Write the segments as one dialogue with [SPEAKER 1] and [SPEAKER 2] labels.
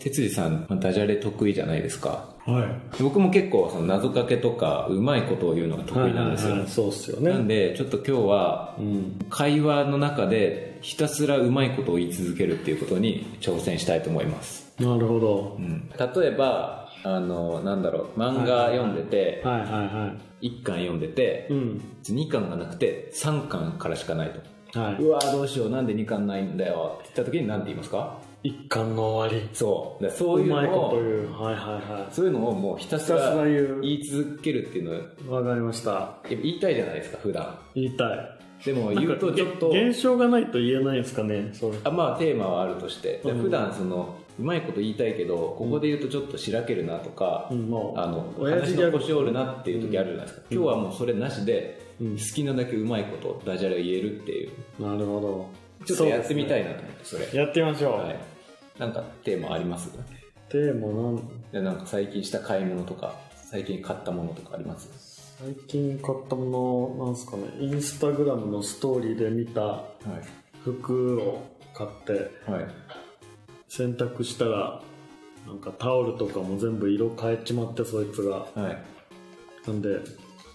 [SPEAKER 1] 哲司さん、まあダジャレ得意じゃないですか。
[SPEAKER 2] はい。
[SPEAKER 1] 僕も結構その謎かけとか、うまいことを言うのが得意なんですよ。
[SPEAKER 2] はいはいはいそうっすよ
[SPEAKER 1] なん
[SPEAKER 2] ね。
[SPEAKER 1] で、ちょっと今日は
[SPEAKER 2] う、ん。
[SPEAKER 1] 会話の中でひたすらうまいことを言い続けるっていうことに挑戦したいと思います、
[SPEAKER 2] なるほど
[SPEAKER 1] う。ん、例えばあのなんだろう漫画読んでて、
[SPEAKER 2] はいはいは
[SPEAKER 1] 1巻読んでて
[SPEAKER 2] い。うん。
[SPEAKER 1] 2巻がなくて3巻からしかないと
[SPEAKER 2] は
[SPEAKER 1] うわーどうしようなんで2巻ないんだよって言った時に何て言いますか
[SPEAKER 2] い。一巻の終わり。
[SPEAKER 1] そうだからそうういう
[SPEAKER 2] ま
[SPEAKER 1] の
[SPEAKER 2] いこと
[SPEAKER 1] を
[SPEAKER 2] 言う。はいはいは
[SPEAKER 1] そういうのをもうひた
[SPEAKER 2] い。ひ
[SPEAKER 1] す
[SPEAKER 2] たすら
[SPEAKER 1] ら
[SPEAKER 2] 言
[SPEAKER 1] 言い続けるっていうのをやっぱ
[SPEAKER 2] う。わかりました。
[SPEAKER 1] 言いたいじゃないですか普段
[SPEAKER 2] 言いたい。
[SPEAKER 1] でも言うとちょっと
[SPEAKER 2] げ現象がないと言えないですかね、それ。
[SPEAKER 1] あまあテーマはあるとして、で
[SPEAKER 2] うん
[SPEAKER 1] 普段そのうまいこと言いたいけどここで言うとちょっとしらけるなとか、
[SPEAKER 2] うん、もう。
[SPEAKER 1] あの
[SPEAKER 2] 親父
[SPEAKER 1] 話
[SPEAKER 2] ギャ
[SPEAKER 1] の
[SPEAKER 2] グ
[SPEAKER 1] 腰折るなっていう時あるじゃないですか、
[SPEAKER 2] うん
[SPEAKER 1] 今日はもうそれなしで、
[SPEAKER 2] うん
[SPEAKER 1] 好きなだけうまいことダジャレを言えるっていう
[SPEAKER 2] なるほど。
[SPEAKER 1] ちょっとやってみた
[SPEAKER 2] い。
[SPEAKER 1] いなと思ってそれ
[SPEAKER 2] やってみましょう。
[SPEAKER 1] はい、なんかテーマあります
[SPEAKER 2] テーマなん、
[SPEAKER 1] でなんか最近した買い物とか最近買ったものとかあります
[SPEAKER 2] 最近買ったもの、なんすかね、インスタグラムのストーリーで見た
[SPEAKER 1] は
[SPEAKER 2] 服を買って、
[SPEAKER 1] い、はい、
[SPEAKER 2] 洗濯したら、なんかタオルとかも全部色変えちまって、そいつが。
[SPEAKER 1] はい、
[SPEAKER 2] なんで、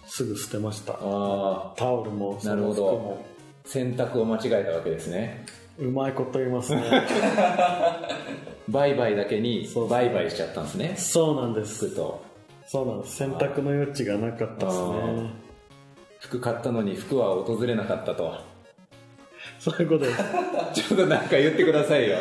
[SPEAKER 2] すぐ捨てました。
[SPEAKER 1] ああ
[SPEAKER 2] タオルも、そ
[SPEAKER 1] なる
[SPEAKER 2] の
[SPEAKER 1] ほ
[SPEAKER 2] 服
[SPEAKER 1] ど
[SPEAKER 2] も。
[SPEAKER 1] 選択を間違えたわけですね
[SPEAKER 2] うまいこと言いますね。
[SPEAKER 1] 売買だけに
[SPEAKER 2] そうそう
[SPEAKER 1] 売買しちゃったんですね
[SPEAKER 2] そうなんです。
[SPEAKER 1] 服と
[SPEAKER 2] そうなんです。選択の余地がなかったですね。
[SPEAKER 1] 服買ったのに服は訪れなかったと
[SPEAKER 2] そういうことです。
[SPEAKER 1] ちょっとなんか言ってくださいよ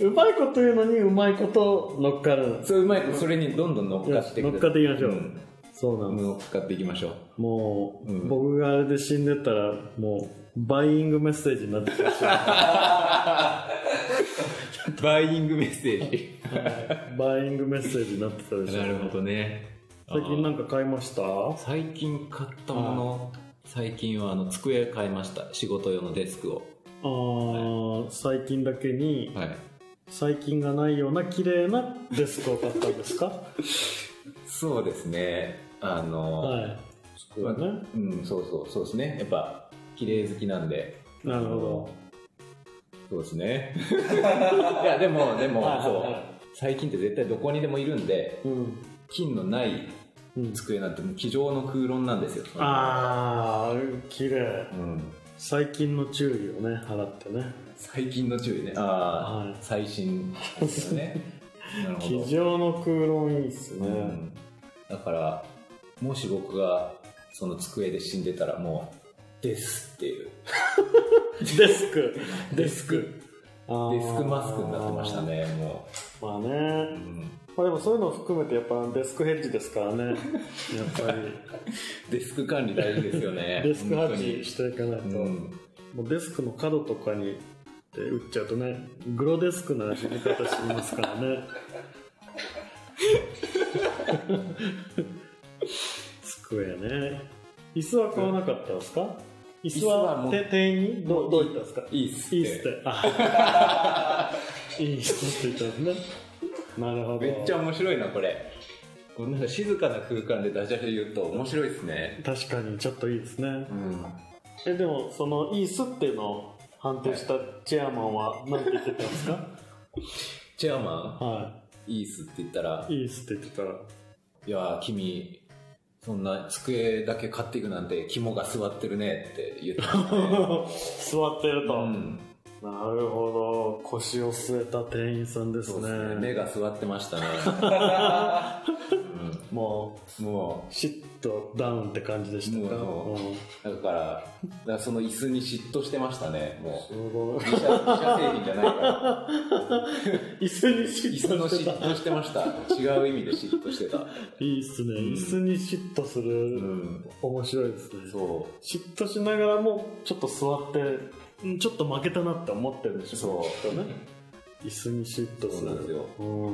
[SPEAKER 2] うまいこと言うのにうまいこと乗っかる
[SPEAKER 1] そううまいことそれにどんどん乗っかって
[SPEAKER 2] 乗っかっていきましょう
[SPEAKER 1] うん
[SPEAKER 2] そうなんです、
[SPEAKER 1] 乗っかっていきましょう
[SPEAKER 2] もう、
[SPEAKER 1] うん
[SPEAKER 2] 僕があれで死んでたらもうバイイングメッセージになってきました
[SPEAKER 1] バイイングメッセージ
[SPEAKER 2] バイイングメッセージになってたでしょ
[SPEAKER 1] なるほどね
[SPEAKER 2] 最近なんか買いました
[SPEAKER 1] あー最近買ったもの最近はあの机買いました仕事用のデスクを
[SPEAKER 2] あー最近だけに、
[SPEAKER 1] はい
[SPEAKER 2] 最近がないような綺麗なデスクを買った んですか
[SPEAKER 1] そうですねあの、
[SPEAKER 2] はいそうだね
[SPEAKER 1] うんそうそうそうですねやっぱ綺麗好きなんで
[SPEAKER 2] なるほど
[SPEAKER 1] そうですね いやで もでも
[SPEAKER 2] はいはい
[SPEAKER 1] そ
[SPEAKER 2] は
[SPEAKER 1] う最近って絶対どこにでもいるんで
[SPEAKER 2] うん、
[SPEAKER 1] 金のない
[SPEAKER 2] うん、
[SPEAKER 1] 机なんてもう机上の空論なんですよ
[SPEAKER 2] ああ綺麗
[SPEAKER 1] うん
[SPEAKER 2] 最近の注意をね払ってね
[SPEAKER 1] 最近の注意ねああ、
[SPEAKER 2] はい
[SPEAKER 1] 最新ですよ ねなるほ
[SPEAKER 2] 机
[SPEAKER 1] ど、
[SPEAKER 2] 上の空論いいっす
[SPEAKER 1] う
[SPEAKER 2] ね、
[SPEAKER 1] ん、だからもし僕がその机で死んでたらもうですっていう
[SPEAKER 2] デスク
[SPEAKER 1] デスク
[SPEAKER 2] あー
[SPEAKER 1] デスクマスクになってましたねも
[SPEAKER 2] まあ
[SPEAKER 1] う、う
[SPEAKER 2] ね
[SPEAKER 1] ん、
[SPEAKER 2] まあでもそういうのを含めてやっぱデスクヘッジですからねやっ ぱり
[SPEAKER 1] デスク管理大事ですよね
[SPEAKER 2] デスクヘ
[SPEAKER 1] 本当
[SPEAKER 2] ッジ
[SPEAKER 1] に
[SPEAKER 2] していかないと、
[SPEAKER 1] うん
[SPEAKER 2] もうデスクの角とかにで打っちゃうとねグロデスクな死に方しますからね 机ね椅子は買わなかったですか椅子
[SPEAKER 1] 椅子はも
[SPEAKER 2] は
[SPEAKER 1] う
[SPEAKER 2] て店員にどうどういったんですか
[SPEAKER 1] いいっすって
[SPEAKER 2] いいっすって。 いいっすって言ったんですね。なるほど。
[SPEAKER 1] めっちゃ面白いなこれこんな静かな空間でダジャレ言うと面白いですね
[SPEAKER 2] 確かにちょっといいですね。
[SPEAKER 1] うん
[SPEAKER 2] え、でも、その、いいっすっていうのを判定したチェアマンは何て言ってたんですか
[SPEAKER 1] チェアマ
[SPEAKER 2] は
[SPEAKER 1] ンいいっすって言ったら
[SPEAKER 2] い。いいっすって言ってたら。
[SPEAKER 1] いやー君そんな机だけ買っていくなんて肝が座ってるねって言ってました ね
[SPEAKER 2] 座ってると。
[SPEAKER 1] うん
[SPEAKER 2] なるほど。腰を据えた店員さんです
[SPEAKER 1] そう
[SPEAKER 2] ね。
[SPEAKER 1] ですね目が座ってましたね、
[SPEAKER 2] も
[SPEAKER 1] うん、も
[SPEAKER 2] う、シッとダウンって感じでしたか。
[SPEAKER 1] もう
[SPEAKER 2] うん
[SPEAKER 1] うだからだからその椅子に嫉妬してましたねも。
[SPEAKER 2] すごいう
[SPEAKER 1] 自社自社製品じゃない から
[SPEAKER 2] 椅子にシ
[SPEAKER 1] 椅
[SPEAKER 2] ッ
[SPEAKER 1] 子の
[SPEAKER 2] として
[SPEAKER 1] 嫉
[SPEAKER 2] た。
[SPEAKER 1] 妬してました違う意味で嫉妬してた
[SPEAKER 2] いいっすね。
[SPEAKER 1] ん
[SPEAKER 2] 椅子に嫉妬す
[SPEAKER 1] う
[SPEAKER 2] る。
[SPEAKER 1] ん
[SPEAKER 2] 面白いですね。
[SPEAKER 1] そう
[SPEAKER 2] 嫉妬しながらも、ちょっと座って、んちょっと負けたなって思ってるでしょ。
[SPEAKER 1] そう
[SPEAKER 2] きっとね。椅子に嫉妬する。
[SPEAKER 1] そうなんですよ
[SPEAKER 2] うーん。なる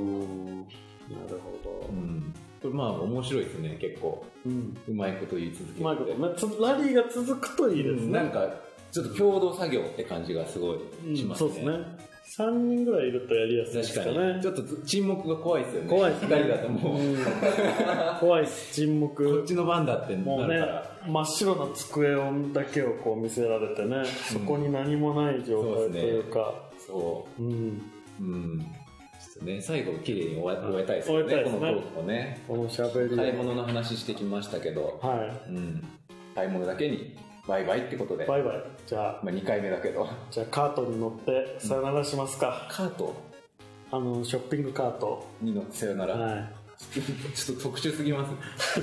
[SPEAKER 2] ほど
[SPEAKER 1] う。んこれまあ面白いですね結構
[SPEAKER 2] うん。
[SPEAKER 1] うまいこと言い続けて
[SPEAKER 2] うまいことね。つラリーが続くといいです
[SPEAKER 1] うんなん
[SPEAKER 2] ね。
[SPEAKER 1] かちょっと共同作業って感じがすごいし
[SPEAKER 2] うん
[SPEAKER 1] ます
[SPEAKER 2] そう
[SPEAKER 1] ね、
[SPEAKER 2] ですね。3人ぐらいいるとやりやすいです
[SPEAKER 1] 確
[SPEAKER 2] か
[SPEAKER 1] か
[SPEAKER 2] ね。
[SPEAKER 1] に、ちょっと沈黙が怖いですよね
[SPEAKER 2] 怖いですね
[SPEAKER 1] 2人だともう、
[SPEAKER 2] うん怖いっす、沈
[SPEAKER 1] こっ
[SPEAKER 2] 黙。
[SPEAKER 1] ちの番だってなるか
[SPEAKER 2] もうね
[SPEAKER 1] ら、
[SPEAKER 2] 真っ白な机だけをこう見せられてね、そこに何もない状態というか、
[SPEAKER 1] そ
[SPEAKER 2] うん、
[SPEAKER 1] ううん
[SPEAKER 2] ち
[SPEAKER 1] よね。最後、綺麗に終え終えたいですよ
[SPEAKER 2] 終え
[SPEAKER 1] ね、
[SPEAKER 2] たい
[SPEAKER 1] こ
[SPEAKER 2] です
[SPEAKER 1] の
[SPEAKER 2] ね
[SPEAKER 1] トークをね。
[SPEAKER 2] この喋り
[SPEAKER 1] 買い物の話してきましたけど、
[SPEAKER 2] は
[SPEAKER 1] うん。買い物だけに、バイバイってことで、
[SPEAKER 2] いバイバイじゃあ
[SPEAKER 1] まあ、2回目だけど、
[SPEAKER 2] じゃあカートに乗ってさよならしますか、
[SPEAKER 1] カート
[SPEAKER 2] あのショッピングカート
[SPEAKER 1] に乗ってさよなら、
[SPEAKER 2] は
[SPEAKER 1] ちょっと特殊すぎます。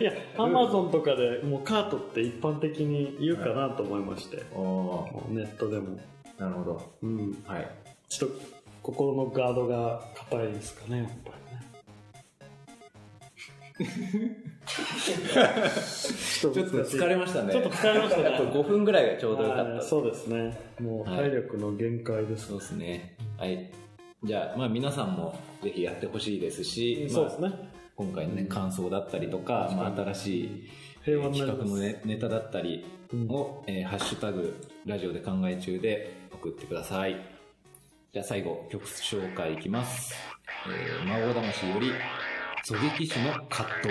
[SPEAKER 2] いいやアマゾンとかでもうカートって一般的に言うかなと思いまして、
[SPEAKER 1] お
[SPEAKER 2] もうネットでも
[SPEAKER 1] なるほど。
[SPEAKER 2] うん
[SPEAKER 1] はい。
[SPEAKER 2] ちょっと心のガードが硬いんですかねやっぱりね ちょ
[SPEAKER 1] ちょっと疲れましたね。
[SPEAKER 2] ちょっと疲れましたね
[SPEAKER 1] あと5分ぐらいがちょうどよかった
[SPEAKER 2] はいそうですねもう体力の限界です、
[SPEAKER 1] そうですね。はい。じゃあ、まあ皆さんもぜひやってほしいですし、
[SPEAKER 2] そうです
[SPEAKER 1] まあ、
[SPEAKER 2] ね、
[SPEAKER 1] 今回のね、感想だったりとか、まあ新しいえ
[SPEAKER 2] 平和
[SPEAKER 1] ー
[SPEAKER 2] にな
[SPEAKER 1] 企
[SPEAKER 2] り
[SPEAKER 1] 画
[SPEAKER 2] ます
[SPEAKER 1] のねネタだったり
[SPEAKER 2] うん
[SPEAKER 1] を、えーハッシュタグ、ラジオで考え中で送ってください。じゃあ最後、曲紹介いきます。えー、魔王魂より、狙撃手の葛藤。